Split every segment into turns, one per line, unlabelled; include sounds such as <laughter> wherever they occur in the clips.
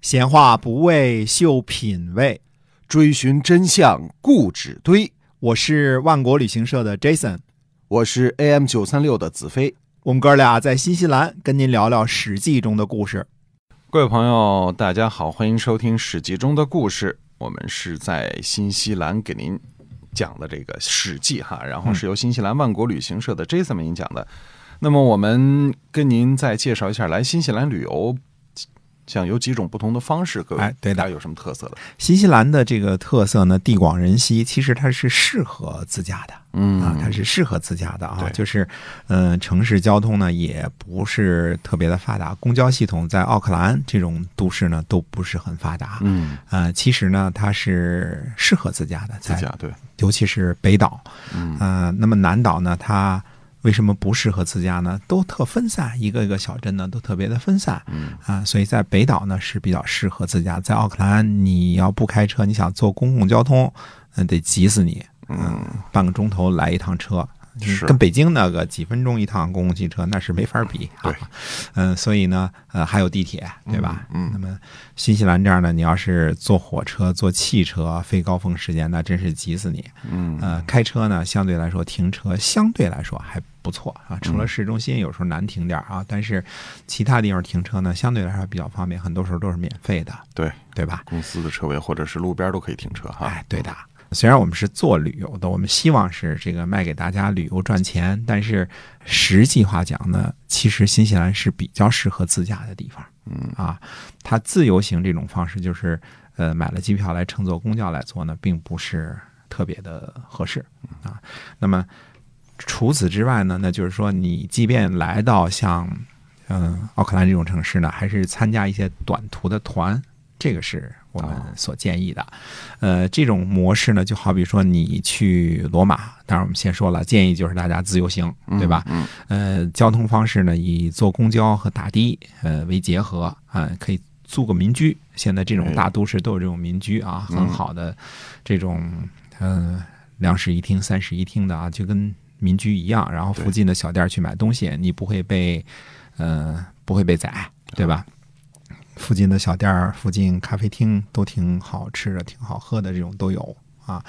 闲话不为秀品味，
追寻真相固执堆。
我是万国旅行社的 Jason，
我是 AM 九三六的子飞。
我们哥俩在新西兰跟您聊聊《史记》中的故事。
各位朋友，大家好，欢迎收听《史记》中的故事。我们是在新西兰给您讲的这个《史记》哈，然后是由新西兰万国旅行社的 Jason 为您讲的。那么我们跟您再介绍一下来新西兰旅游，像有几种不同的方式，各位，
哎对的
大家有什么特色的？
新西兰的这个特色呢，地广人稀，其实它是适合自驾的。
嗯
啊，它是适合自驾的啊
对，
就是，嗯、城市交通呢也不是特别的发达，公交系统在奥克兰这种都市呢都不是很发达。
嗯，
呃，其实呢它是适合自驾的，
自
在
驾对，
尤其是北岛，
嗯
呃，那么南岛呢，它为什么不适合自驾呢？都特分散，一个一个小镇呢都特别的分散
嗯
啊、所以在北岛呢是比较适合自驾。在奥克兰，你要不开车，你想坐公共交通，嗯、得急死你，呃
嗯，
半个钟头来一趟车。
是
跟北京那个几分钟一趟公共汽车那是没法比啊
对，
嗯、所以呢，呃，还有地铁，对吧？
嗯嗯
那么新西兰这儿呢，你要是坐火车、坐汽车，非高峰时间那真是急死你。
嗯
呃，开车呢，相对来说停车相对来说还不错啊，除
嗯
了市中心有时候难停点儿啊，但是其他地方停车呢，相对来说还比较方便，很多时候都是免费的，
对，
对吧？
公司的车位或者是路边都可以停车哈。
哎，对的。虽然我们是做旅游的，我们希望是这个卖给大家旅游赚钱，但是实际话讲呢，其实新西兰是比较适合自驾的地方。
嗯
啊，它自由行这种方式就是，呃，买了机票来乘坐公交来坐呢，并不是特别的合适啊。那么除此之外呢，那就是说，你即便来到像嗯、呃奥克兰这种城市呢，还是参加一些短途的团，这个是我们
啊
所建议的。呃，这种模式呢，就好比说你去罗马，当然我们先说了，建议就是大家自由行，对吧？
嗯
呃，交通方式呢，以坐公交和打的呃为结合啊、可以租个民居。现在这种
哎
大都市都有这种民居啊，很好的这种呃两室一厅、三室一厅的啊，就跟民居一样。然后附
对
近的小店儿去买东西，你不会被呃不会被宰，对吧？附近的小店儿、附近咖啡厅都挺好吃的、挺好喝的，这种都有啊。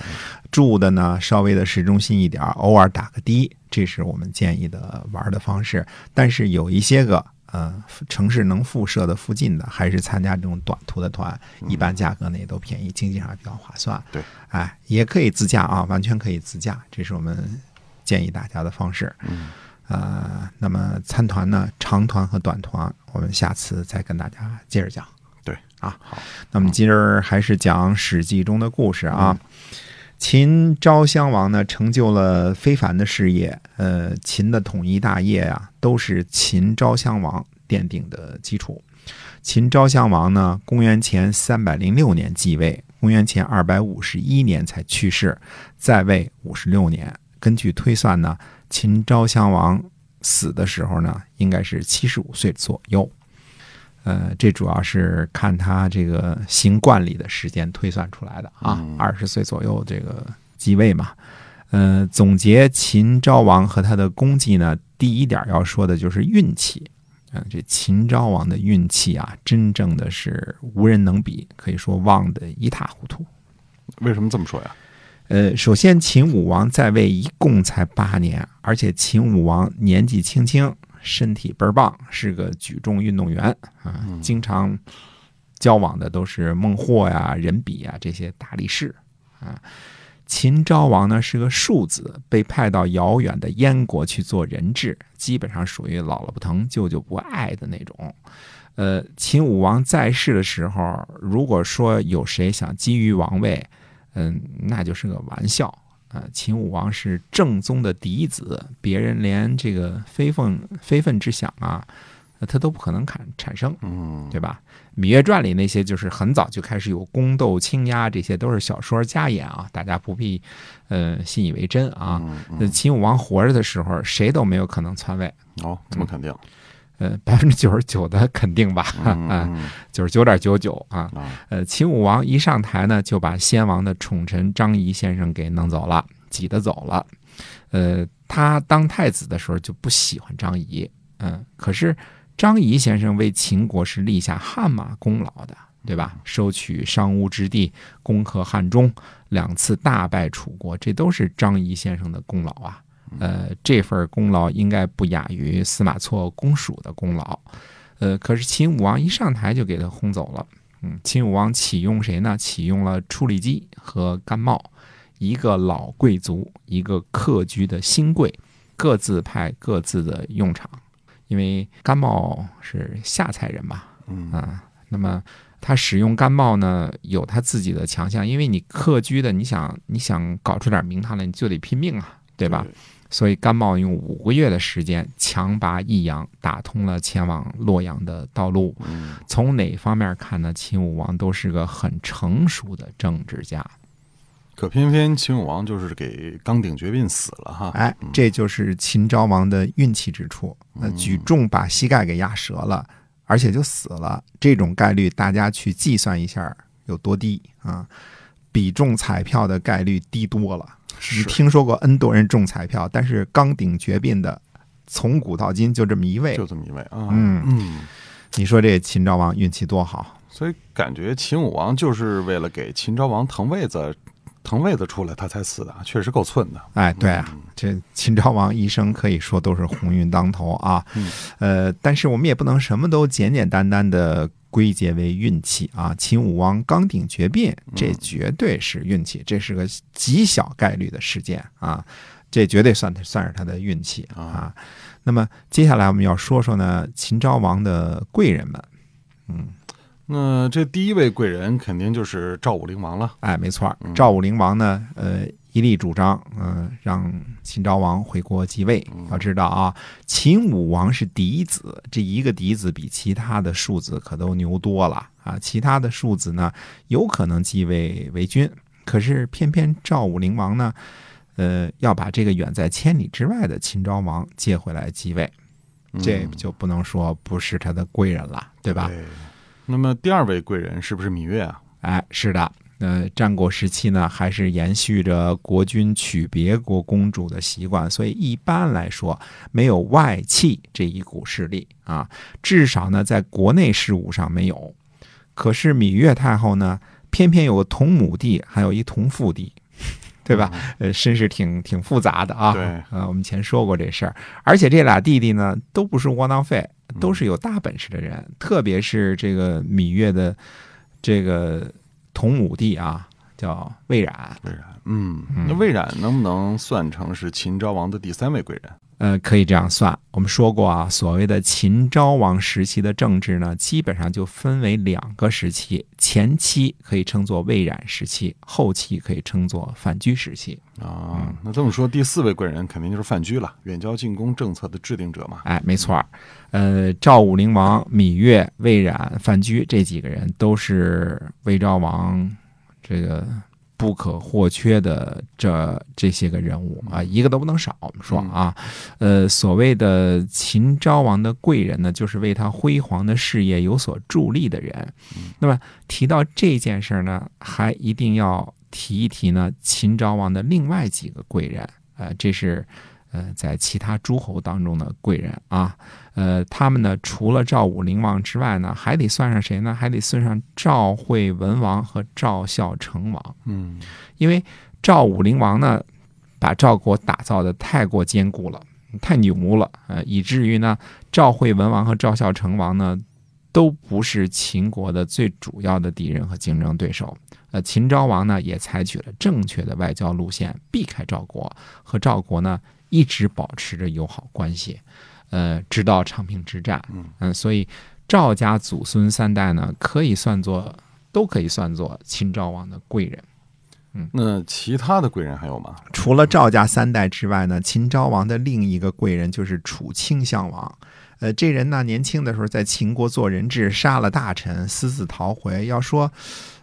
住的呢稍微的市中心一点儿，偶尔打个的，这是我们建议的玩儿的方式。但是有一些个呃城市能辐射的附近的，还是参加这种短途的团，一般价格呢也都便宜，经济上也比较划算。
对，
哎，也可以自驾啊，完全可以自驾，这是我们建议大家的方式。
嗯，
呃，那么参团呢，长团和短团，我们下次再跟大家接着讲。
对
啊，
好，
那么今儿还是讲《史记》中的故事啊。
嗯
秦昭襄王呢，成就了非凡的事业，呃，秦的统一大业啊，都是秦昭襄王奠定的基础。秦昭襄王呢，公元前三百零六年继位，公元前二百五十一年才去世，在位五十六年。根据推算呢，秦昭襄王死的时候呢，应该是七十五岁左右。呃，这主要是看他这个行冠礼的时间推算出来的啊，二十岁左右这个继位嘛。呃，总结秦昭王和他的功绩呢，第一点要说的就是运气。嗯，这秦昭王的运气啊，真正的是无人能比，可以说旺得一塌糊涂。
为什么这么说呀？
呃，首先秦武王在位一共才八年，而且秦武王年纪轻轻，身体倍儿棒，是个举重运动员啊，经常交往的都是孟获呀、任比呀这些大力士啊。秦昭王呢是个庶子，被派到遥远的燕国去做人质，基本上属于姥姥不疼、舅舅不爱的那种。呃，秦武王在世的时候，如果说有谁想觊觎王位，嗯，那就是个玩笑啊。秦武王是正宗的嫡子，别人连这个非分非分之想啊，呃他都不可能产产生，
嗯，
对吧？《芈月传》里那些就是很早就开始有宫斗、倾轧，这些都是小说加演啊，大家不必呃信以为真啊。
嗯
那秦武王活着的时候，谁都没有可能篡位，
哦，这么肯
<laughs>
定？
呃，百分之九十九的肯定吧，
嗯
啊，
嗯
九十九点九九啊，
嗯啊，
呃，秦武王一上台呢，就把先王的宠臣张仪先生给弄走了，挤得走了。呃，他当太子的时候就不喜欢张仪，嗯，可是张仪先生为秦国是立下汗马功劳的，对吧？收取商乌之地，攻克汉中，两次大败楚国，这都是张仪先生的功劳啊。呃，这份功劳应该不亚于司马错公署的功劳。呃，可是秦武王一上台就给他轰走了。嗯，秦武王启用谁呢？启用了处理基和甘茂，一个老贵族，一个客居的新贵，各自派各自的用场。因为甘茂是下蔡人嘛，
嗯
啊，那么他使用甘茂呢，有他自己的强项，因为你客居的，你想你想搞出点名堂来，你就得拼命啊，对吧？？所以甘茂用五个月的时间强拔益阳，打通了前往洛阳的道路。
嗯，
从哪方面看呢？秦武王都是个很成熟的政治家。
可偏偏秦武王就是给刚鼎绝膑死了哈。
哎
嗯，
这就是秦昭王的运气之处。那
嗯
举重把膝盖给压折了，而且就死了，这种概率大家去计算一下有多低啊？比中彩票的概率低多了。你
是
听说过 N 多人中彩票，但是刚顶绝膑的，从古到今就这么一位
就。这么一位啊。
嗯
嗯，
你说这秦昭王运气多好？
所以感觉秦武王就是为了给秦昭王腾位子，腾位子出来他才死的，确实够寸的。
哎，对啊，这秦昭王一生可以说都是鸿运当头啊。
嗯
呃，但是我们也不能什么都简简单单的归结为运气啊。秦武王刚鼎绝膑，这绝对是运气，这是个极小概率的事件啊，这绝对算算是他的运气啊。那么接下来我们要说说呢，秦昭王的贵人们。
那这第一位贵人肯定就是赵武灵王了。
哎，没错儿
嗯，
赵武灵王呢，呃，一力主张，嗯、让秦昭王回国继位。
嗯
要知道啊，秦武王是嫡子，这一个嫡子比其他的庶子可都牛多了啊。其他的庶子呢，有可能继位为君，可是偏偏赵武灵王呢，呃，要把这个远在千里之外的秦昭王接回来继位，这
嗯
就不能说不是他的贵人了，对吧？
对那么第二位贵人是不是芈月啊？
哎，是的，呃，战国时期呢，还是延续着国君娶别国公主的习惯，所以一般来说没有外戚这一股势力啊，至少呢在国内事务上没有。可是芈月太后呢，偏偏有个同母弟，还有一同父弟， <laughs> 对吧？呃，身世挺挺复杂的啊。
嗯对
呃，我们以前说过这事儿，而且这俩弟弟呢，都不是窝囊废，
嗯
都是有大本事的人，特别是这个芈月的这个同母弟啊，叫魏冉，
魏冉，嗯，那魏冉能不能算成是秦昭王的第三位贵人？
呃，可以这样算。我们说过啊，所谓的秦昭王时期的政治呢，基本上就分为两个时期，前期可以称作魏冉时期，后期可以称作反居时期。
啊，那这么说，第四位贵人肯定就是范雎了，远交近攻政策的制定者嘛。
哎，没错儿，呃，赵武灵王、芈月、魏冉、范雎这几个人都是魏昭王这个不可或缺的这这些个人物啊，一个都不能少。我们说啊，呃，所谓的秦昭王的贵人呢，就是为他辉煌的事业有所助力的人。那么提到这件事儿呢，还一定要提一提呢，秦昭王的另外几个贵人，呃，这是。呃，在其他诸侯当中的贵人啊，呃，他们呢，除了赵武灵王之外呢，还得算上谁呢？还得算上赵惠文王和赵孝成王，
嗯，
因为赵武灵王呢，把赵国打造的太过坚固了，太牛了，呃，以至于呢，赵惠文王和赵孝成王呢，都不是秦国的最主要的敌人和竞争对手。呃，秦昭王呢也采取了正确的外交路线，避开赵国，和赵国呢一直保持着友好关系，呃，直到长平之战。呃
嗯
所以赵家祖孙三代呢，可以算作都可以算作秦昭王的贵人。
那其他的贵人还有吗？
除了赵家三代之外呢，秦昭王的另一个贵人就是楚顷襄王。呃，这人呢，年轻的时候在秦国做人质，杀了大臣，私自逃回。要说，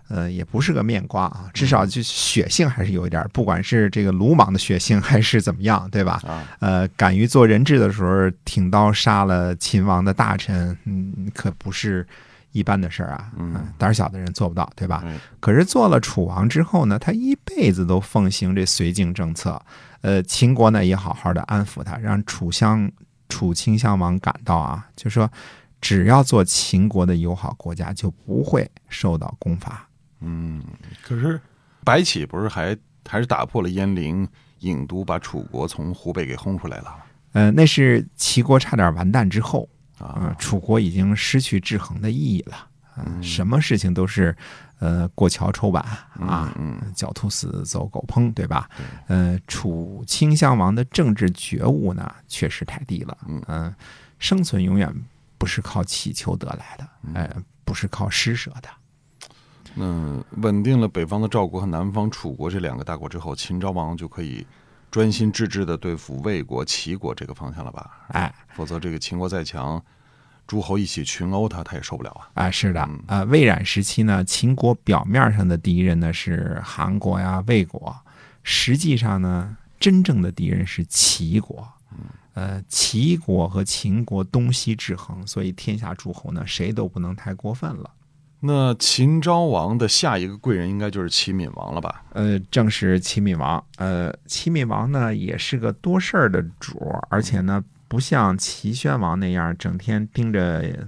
呃，也不是个面瓜啊，至少就血性还是有一点儿，不管是这个鲁莽的血性还是怎么样，对吧？ <laughs>
啊，
呃，敢于做人质的时候，挺刀杀了秦王的大臣，嗯，可不是一般的事儿啊。
嗯
胆儿小的人做不到，对吧？
哎
可是做了楚王之后呢，他一辈子都奉行这绥靖政策，呃，秦国呢也好好的安抚他，让楚襄楚顷襄王感到啊，就说只要做秦国的友好国家，就不会受到攻伐。
嗯，可是白起不是还还是打破了鄢陵郢都，把楚国从湖北给轰出来了
呃，那是齐国差点完蛋之后，啊、
啊？
楚国已经失去制衡的意义了。嗯，
嗯
什么事情都是，呃，过桥抽板啊，
嗯
狡兔死，走狗烹，对吧？呃，楚顷襄王的政治觉悟呢，确实太低了。
嗯
呃生存永远不是靠乞求得来的，呃，不是靠施舍的。
嗯，那稳定了北方的赵国和南方楚国这两个大国之后，秦昭王就可以专心致志的对付魏国、齐国这个方向了吧？
哎，
否则这个秦国再强，诸侯一起群殴他，他也受不了啊。
啊，是的
嗯，
呃，魏冉时期呢，秦国表面上的敌人呢是韩国呀、魏国，实际上呢，真正的敌人是齐国。
嗯
呃，齐国和秦国东西制衡，所以天下诸侯呢，谁都不能太过分了。
那秦昭王的下一个贵人应该就是齐闵王了吧？
呃，正是齐闵王。呃，齐闵王呢也是个多事儿的主儿，而且呢不像齐宣王那样整天盯着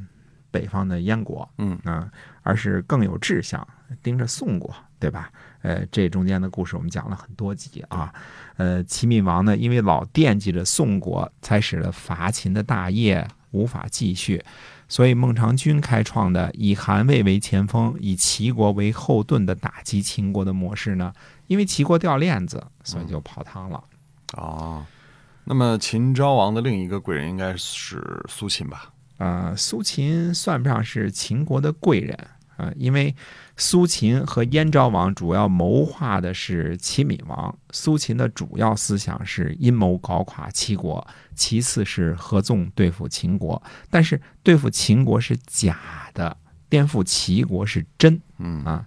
北方的燕国，
嗯
啊、而是更有志向盯着宋国，对吧？呃，这中间的故事我们讲了很多集啊。呃，齐闵王呢，因为老惦记着宋国，才使得伐秦的大业无法继续。所以，孟尝君开创的以韩魏为前锋，以齐国为后盾的打击秦国的模式呢，因为齐国掉链子，所以就泡汤了。
哦，那么秦昭王的另一个贵人应该是苏秦吧？
呃，苏秦算不上是秦国的贵人啊、呃因为苏秦和燕昭王主要谋划的是齐闵王。苏秦的主要思想是阴谋搞垮齐国，其次是合纵对付秦国。但是对付秦国是假的，颠覆齐国是真。
嗯
啊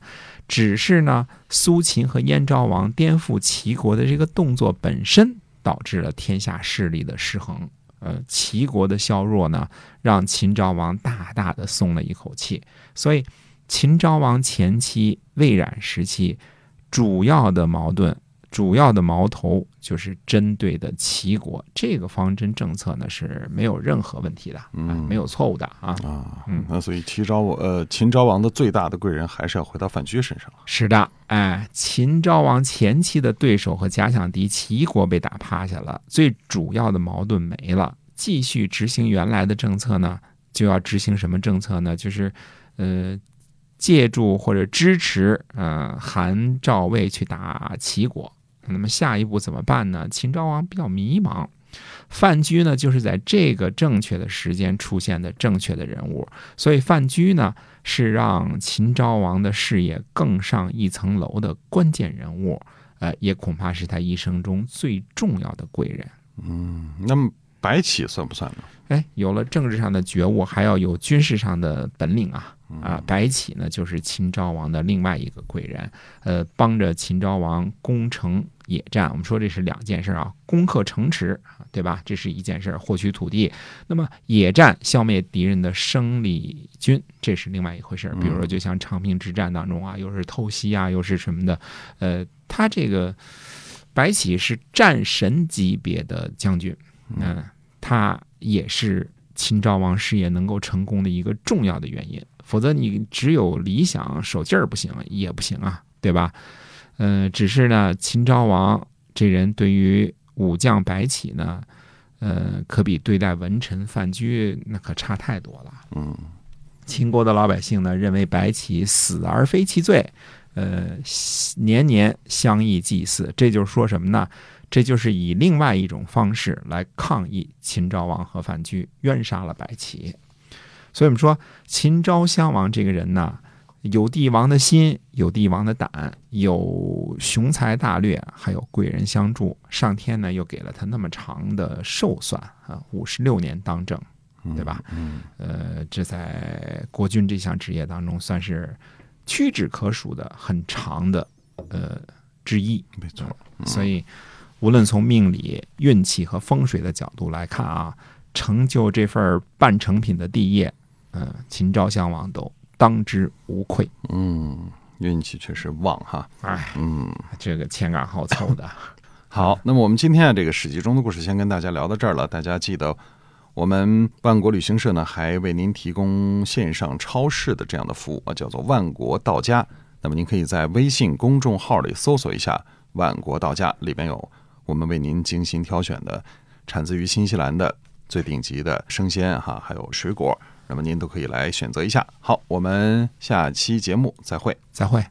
只是呢，苏秦和燕昭王颠覆齐国的这个动作本身，导致了天下势力的失衡。呃，齐国的削弱呢，让秦昭王大大的松了一口气。所以，秦昭王前期魏冉时期，主要的矛盾、主要的矛头就是针对的齐国。这个方针政策呢是没有任何问题的，
嗯
啊没有错误的啊。
啊
嗯
那所以齐昭王呃秦昭王的最大的贵人还是要回到范雎身上了。
是的，哎，秦昭王前期的对手和假想敌齐国被打趴下了，最主要的矛盾没了，继续执行原来的政策呢，就要执行什么政策呢？就是，呃，借助或者支持，呃，韩赵魏去打齐国。那么下一步怎么办呢？秦昭王比较迷茫。范雎呢，就是在这个正确的时间出现的正确的人物，所以范雎呢，是让秦昭王的事业更上一层楼的关键人物，呃，也恐怕是他一生中最重要的贵人。
嗯，那么白起算不算呢？
哎，有了政治上的觉悟，还要有军事上的本领啊！啊，白起呢，就是秦昭王的另外一个贵人，呃，帮着秦昭王攻城野战。我们说这是两件事啊，攻克城池，对吧？这是一件事，获取土地。那么野战消灭敌人的生力军，这是另外一回事儿。比如说，就像长平之战当中啊，又是偷袭啊，又是什么的，呃，他这个白起是战神级别的将军，嗯、他也是秦昭王事业能够成功的一个重要的原因。否则你只有理想手劲儿不行也不行啊，对吧？呃，只是呢，秦昭王这人对于武将白起呢，呃，可比对待文臣范雎那可差太多了。
嗯，
秦国的老百姓呢，认为白起死而非其罪，呃，年年相议祭祀，这就是说什么呢？这就是以另外一种方式来抗议秦昭王和范雎冤杀了白起。所以我们说，秦昭襄王这个人呢，有帝王的心，有帝王的胆，有雄才大略，还有贵人相助。上天呢，又给了他那么长的寿算啊，五十六年当政，对吧？
嗯，
呃，这在国君这项职业当中算是屈指可数的很长的呃之一。嗯
没错。嗯
所以，无论从命理、运气和风水的角度来看啊，成就这份儿半成品的帝业，呃，秦昭襄王都当之无愧。
嗯，运气确实旺哈。
哎，
嗯，
这个前赶后凑的， <coughs>
好，那么我们今天啊这个史记中的故事先跟大家聊到这儿了，大家记得。我们万国旅行社呢还为您提供线上超市的这样的服务啊，叫做万国到家。那么您可以在微信公众号里搜索一下“万国到家”，里边有我们为您精心挑选的产自于新西兰的最顶级的生鲜哈，还有水果，那么您都可以来选择一下。好，我们下期节目再会。
再会。